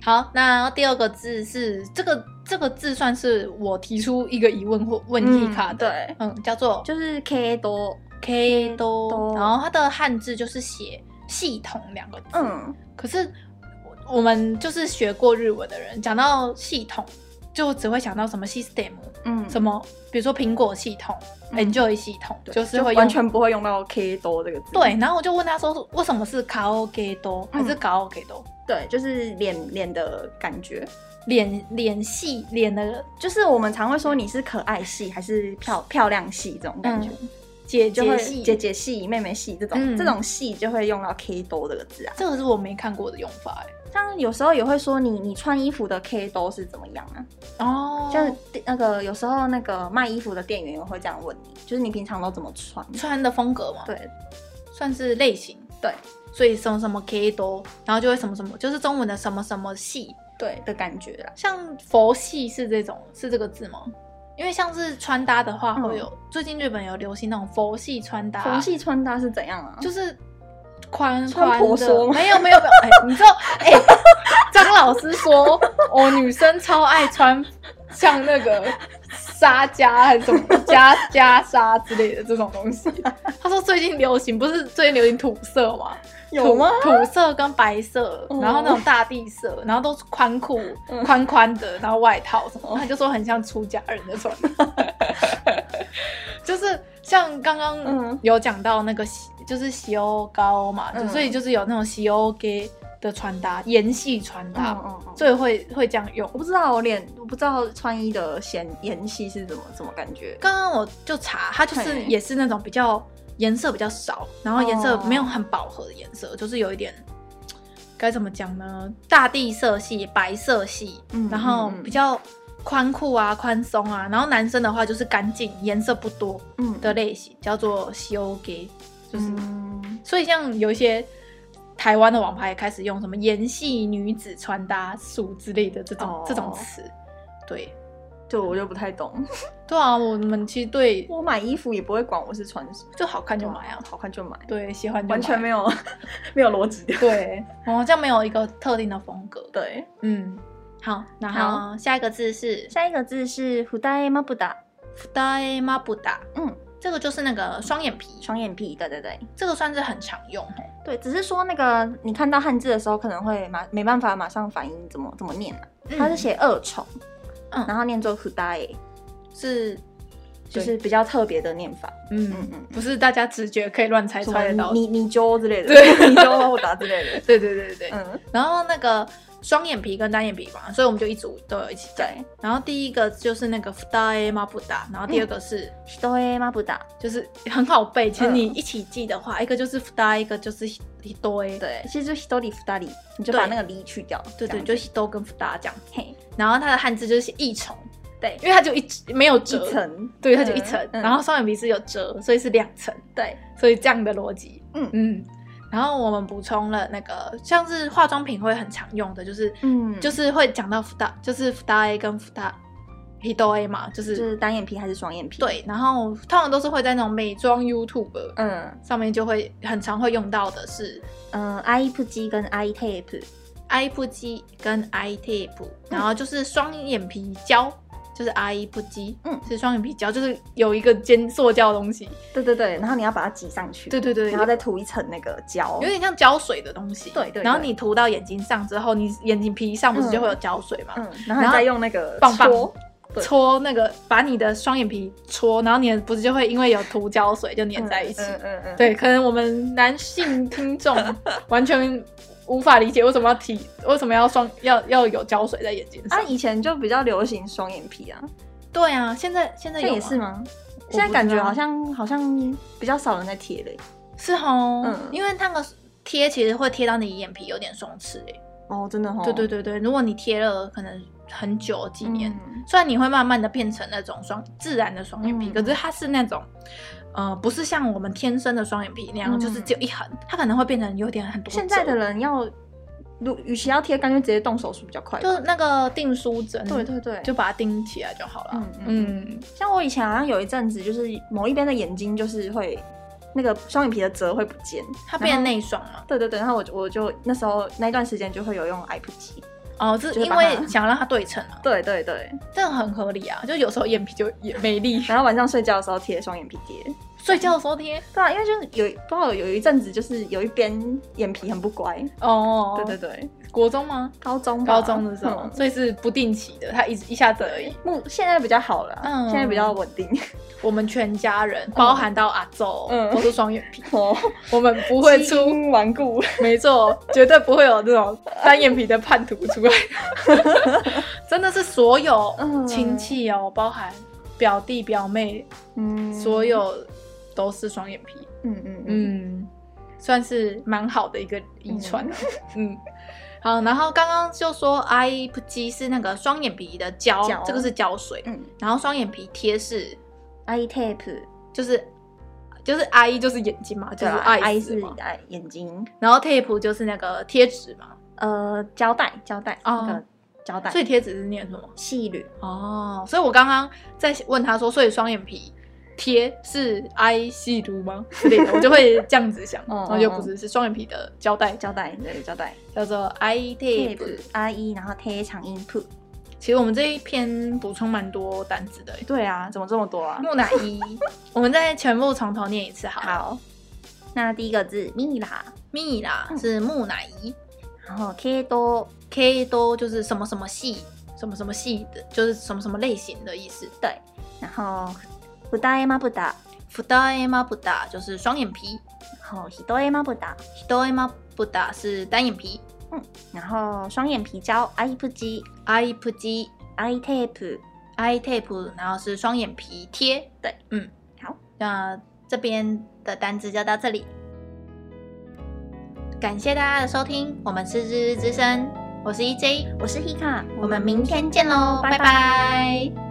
Speaker 1: 好，那第二个字是这个这个字算是我提出一个疑问或问题卡的，
Speaker 2: 对，
Speaker 1: 嗯叫做
Speaker 4: 就是 K 多
Speaker 1: K
Speaker 2: 多
Speaker 1: 多，然后它的汉字就是写系统两个字，
Speaker 2: 嗯，
Speaker 1: 可是我我们就是学过日文的人，讲到系统就只会想到什么 system，
Speaker 2: 嗯
Speaker 1: 什么比如说苹果系统、
Speaker 2: 嗯
Speaker 1: Enjoy 系统，
Speaker 2: 对
Speaker 1: 就是会用
Speaker 2: 完全不会用到 K 多这个字，
Speaker 1: 对。然后我就问他说，为什么是卡 O K 多还是
Speaker 2: 嗯
Speaker 1: 卡 O K 多？
Speaker 2: 对，就是脸脸的感觉，
Speaker 1: 脸脸系脸的
Speaker 2: 就是我们常会说你是可爱系还是漂漂亮系这种感觉，
Speaker 1: 嗯姐
Speaker 2: 就会
Speaker 1: 姐系，
Speaker 2: 姐姐系、妹妹系这种、
Speaker 1: 嗯
Speaker 2: 这种系就会用到 K 多这个字啊。
Speaker 1: 这个是我没看过的用法哎。
Speaker 2: 像有时候也会说你你穿衣服的 K 都是怎么样啊？
Speaker 1: 哦
Speaker 2: 就是那个有时候那个卖衣服的店员也会这样问你，就是你平常都怎么穿？
Speaker 1: 穿的风格嘛，，
Speaker 2: 对，
Speaker 1: 算是类型
Speaker 2: 对。
Speaker 1: 所以什么什么 K 多，然后就会什么什么，就是中文的什么什么系，
Speaker 2: 对的感觉啦。
Speaker 1: 像佛系是这种是这个字吗？因为像是穿搭的话，会有、最近日本有流行那种嗯佛系穿搭，
Speaker 2: 缝隙穿搭是怎样啊？
Speaker 1: 啊就是宽
Speaker 2: 穿
Speaker 1: 宽
Speaker 2: 婆
Speaker 1: 的
Speaker 2: 娑，吗
Speaker 1: 没有没有没有，哎、你知道，哎、张老师说，哦，女生超爱穿像那个纱夹还是什么夹夹纱之类的这种东西。他说最近流行，不是最近流行土色吗？
Speaker 2: 有吗？
Speaker 1: 土土色跟白色，
Speaker 2: 哦
Speaker 1: 然后那种大地色，然后都是宽裤、
Speaker 2: 嗯哦
Speaker 1: 宽宽的，然后外套什么，他就说很像出家人的 穿搭， 就是像刚
Speaker 2: 嗯
Speaker 1: 刚有讲到那个西，就是西欧高嘛，就
Speaker 2: 嗯
Speaker 1: 所以就是有那种西欧 gay 的穿搭，盐系穿
Speaker 2: 嗯
Speaker 1: 搭，
Speaker 2: 嗯嗯。
Speaker 1: 所以会会这样用
Speaker 2: 我。不知道我脸，我不知道穿衣的显颜系是怎么怎么感觉。
Speaker 1: 刚刚我就查，它就是
Speaker 2: 嘿
Speaker 1: 也是那种比较颜色比较少，然后颜色
Speaker 2: 哦
Speaker 1: 没有很饱和的颜色，就是有一点嗯该怎么讲呢？大地色系、白色系，
Speaker 2: 嗯
Speaker 1: 然后
Speaker 2: 嗯嗯
Speaker 1: 比较宽裤啊、宽松啊，然后男生的话就是干净、颜色不多
Speaker 2: 嗯，
Speaker 1: 的类型，叫做修 gay，就是、
Speaker 2: 嗯，
Speaker 1: 所以像有一些。台湾的网拍也开始用什么“盐系女子穿搭术”之类的这种、
Speaker 2: 哦
Speaker 1: 这种词，对
Speaker 2: 就我就不太懂。
Speaker 1: 对啊，我们其实对
Speaker 2: 我买衣服也不会管我是穿什么，
Speaker 1: 就好看就买啊，
Speaker 2: 好看就买，
Speaker 1: 对，喜欢就买
Speaker 2: 完全 没有没有逻辑的。
Speaker 1: 对，我好像没有一个特定的风格。
Speaker 2: 对，
Speaker 1: 嗯，好，然后下一个字是
Speaker 4: 下一个字是福袋 m a b u d a
Speaker 1: f d a i m a b u d a
Speaker 2: 嗯，
Speaker 1: 这个就是那个双眼皮，
Speaker 2: 双眼皮，对对对。
Speaker 1: 这个算是很常用。
Speaker 2: 对，只是说那个你看到汉字的时候，可能会马没办法马上反应怎么怎么念啊。它是写二重，
Speaker 1: 嗯
Speaker 2: 然后念作 kudai，
Speaker 1: 是，
Speaker 2: 就是比较特别的念法。嗯
Speaker 1: 嗯，
Speaker 2: 嗯，
Speaker 1: 不是大家直觉可以乱猜
Speaker 2: 什
Speaker 1: 猜得
Speaker 2: 么
Speaker 1: 到。
Speaker 2: 你你揪之类的，
Speaker 1: 对
Speaker 2: 你揪或打之类的。
Speaker 1: 对对对对对，
Speaker 2: 嗯，
Speaker 1: 然后那个双眼皮跟单眼皮嘛，所以我们就一组都有一起戴。
Speaker 2: 对，
Speaker 1: 然后第一个就是那个福大 A 吗不打，然后
Speaker 2: 嗯
Speaker 1: 第二个是、
Speaker 4: 人へまぶた。
Speaker 1: 就是很好背，其实
Speaker 2: 嗯
Speaker 1: 你一起记的话，一个就是福大，一个就是一多 A，
Speaker 2: 对，其实就 hitori futari，你就把
Speaker 1: 对
Speaker 2: 那个离去掉，
Speaker 1: 对
Speaker 2: 这
Speaker 1: 对，
Speaker 2: 样
Speaker 1: 就
Speaker 2: 子
Speaker 1: 是都跟福大这样。
Speaker 2: 嘿
Speaker 1: 然后它的汉字就是一重，
Speaker 2: 对
Speaker 1: 因为它就一直没有折
Speaker 2: 一，层，
Speaker 1: 对，它就一层，
Speaker 2: 嗯嗯
Speaker 1: 然后双眼皮是有折，所以是两层。
Speaker 2: 对，
Speaker 1: 所以这样的逻辑，
Speaker 2: 嗯
Speaker 1: 嗯。然后我们补充了那个，像是化妆品会很常用的，就是
Speaker 2: 嗯
Speaker 1: 就
Speaker 2: 就是
Speaker 1: 是会讲到福大，就是福大 A 跟福大 P 多 A 嘛，就、
Speaker 2: 就是是单眼皮还是双眼皮？，
Speaker 1: 对。然后通常都是会在那种美妆 YouTube、
Speaker 2: 嗯
Speaker 1: 上面就会很常会用到的是呃
Speaker 4: 嗯、eye put 跟 eye tape。
Speaker 1: I 不肌跟 I tape，然
Speaker 2: 嗯
Speaker 1: 后就是双眼皮胶，就是 I 不肌，
Speaker 2: 嗯
Speaker 1: 是双眼皮胶，就是有一个尖塑胶的东西，
Speaker 2: 对对对，然后你要把它挤上去，
Speaker 1: 对对对，
Speaker 2: 然后再涂一层那个胶，
Speaker 1: 有点像胶水的东西，
Speaker 2: 对对对
Speaker 1: 然后你涂到眼睛上之后，你眼睛皮上不是就会有胶水嘛？
Speaker 2: 嗯，然
Speaker 1: 然
Speaker 2: 后你
Speaker 1: 后
Speaker 2: 再用那个
Speaker 1: 棒棒
Speaker 2: 搓对
Speaker 1: 搓那个，把你的双眼皮搓，然后你的不是就会因为有涂胶水就粘在一起？
Speaker 2: 嗯嗯嗯，
Speaker 1: 对，可能我们男性听 众完全无法理解为什么要提，为什么要双要要有胶水在眼睛上？
Speaker 2: 啊，以前就比较流行双眼皮啊，
Speaker 1: 对啊，现在现在
Speaker 2: 这
Speaker 1: 有
Speaker 2: 也是
Speaker 1: 吗？
Speaker 2: 吗？
Speaker 1: 我
Speaker 2: 现在
Speaker 1: 不
Speaker 2: 感
Speaker 1: 知
Speaker 2: 觉
Speaker 1: 道
Speaker 2: 好像好像比较少人在贴嘞。
Speaker 1: 是哦，
Speaker 2: 嗯
Speaker 1: 因为那个贴其实会贴到你眼皮有点松弛欸诶、
Speaker 2: 哦，真的哦。
Speaker 1: 对对对对，如果你贴了可能很久几
Speaker 2: 嗯，
Speaker 1: 年，虽然你会慢慢的变成那种双自然的双眼皮，
Speaker 2: 嗯
Speaker 1: 可是它是那种，呃，不是像我们天生的双眼皮那样，
Speaker 2: 嗯
Speaker 1: 就是只有一横，它可能会变成有点很多。
Speaker 2: 现在的，人要，如与其要贴，干脆直接动手术比较快吧。
Speaker 1: 就那个订书针，
Speaker 2: 对对对，
Speaker 1: 就把它钉起来就好了。
Speaker 2: 嗯嗯
Speaker 1: 嗯，
Speaker 2: 像我以前好像有一阵子，就是某一边的眼睛就是会那个双眼皮的褶会不见，
Speaker 1: 它
Speaker 2: 然后
Speaker 1: 变内双了。
Speaker 2: 对对对，然后我就我就那时候那一段时间就会有用 i p 机，
Speaker 1: 哦，这
Speaker 2: 就是是
Speaker 1: 因
Speaker 2: 把
Speaker 1: 为
Speaker 2: 它
Speaker 1: 想让它对称啊，
Speaker 2: 对对对，
Speaker 1: 这样很合理啊。就有时候眼皮就也美丽，
Speaker 2: 然后晚上睡觉的时候贴双眼皮贴，
Speaker 1: 睡觉的时候贴。
Speaker 2: 对啊，因为就是有不知道有一阵子就是有一边眼皮很不乖，
Speaker 1: 哦，
Speaker 2: 对对，对，
Speaker 1: 国中吗？
Speaker 2: 高中吧
Speaker 1: 高中的时候，
Speaker 2: 嗯
Speaker 1: 所以是不定期的，它一一下子而已
Speaker 2: 对。，目现在比较好了，啊
Speaker 1: 嗯
Speaker 2: 现在比较稳定。
Speaker 1: 我们全家人，包含到阿周，
Speaker 2: 嗯
Speaker 1: 都是双眼皮，
Speaker 2: 哦，
Speaker 1: 我们不会
Speaker 2: 基
Speaker 1: 出，
Speaker 2: 因顽固，
Speaker 1: 没错，绝对不会有这种单眼皮的叛徒出 来。真的是所有
Speaker 2: 嗯
Speaker 1: 亲戚哦，包含表弟表妹，
Speaker 2: 嗯
Speaker 1: 所，有都是双眼皮，
Speaker 2: 嗯嗯嗯，
Speaker 1: 嗯，算是蛮好的一个遗传啊， 嗯。好，然后刚刚就说 I P G 是那个双眼皮的胶，
Speaker 2: 胶
Speaker 1: 这个是胶水，
Speaker 2: 嗯
Speaker 1: 然后双眼皮贴是
Speaker 4: eye tape。
Speaker 1: 就是就是 I 就是眼睛嘛，就
Speaker 2: 对
Speaker 1: 是
Speaker 2: 啊
Speaker 1: I
Speaker 2: 是
Speaker 1: 嘛，
Speaker 2: 哎眼睛，
Speaker 1: 然后 tape 就是那个贴纸嘛，
Speaker 2: 呃，胶带胶带
Speaker 1: 哦
Speaker 2: 那个胶带，
Speaker 1: 所以贴纸是念什么？
Speaker 4: 细缕。
Speaker 1: 哦，所以我刚刚在问他说，所以双眼皮贴是 I 细读吗之类的，我就会这样子想，
Speaker 2: 嗯
Speaker 1: 然后就不是是双眼皮的胶带
Speaker 2: 胶带对胶带
Speaker 1: 叫做 I tape。
Speaker 4: I E，然后贴长音 put。
Speaker 1: 其实我们这一篇补充蛮多单词的欸。
Speaker 2: 对啊，怎么这么多啊？
Speaker 1: 木乃伊，我们再全部从头念一次好了。
Speaker 2: 好，
Speaker 4: 那第一个字 Mira，
Speaker 1: 米啦
Speaker 2: 嗯
Speaker 1: 是木乃伊，
Speaker 4: 然后 K 多
Speaker 1: K 都就是什么什么系，什么什么系的，就是什么什么类型的意思。
Speaker 4: 对，然后不大 A 吗不打，
Speaker 1: 福大 A 马布达就是双眼皮，
Speaker 4: 然后ひど A 吗不打，
Speaker 1: ヒド A 马布达是单眼皮。
Speaker 4: 然后双眼皮胶 I 不肌
Speaker 1: I プジ
Speaker 4: I tape。
Speaker 1: I tape，然后是双眼皮贴。
Speaker 4: 对，
Speaker 1: 嗯，
Speaker 4: 好，
Speaker 1: 那这边的单词就到这里。感谢大家的收听，我们是日日之声，我是 EJ，
Speaker 4: 我是 Hika，
Speaker 1: 我们明天见喽，拜拜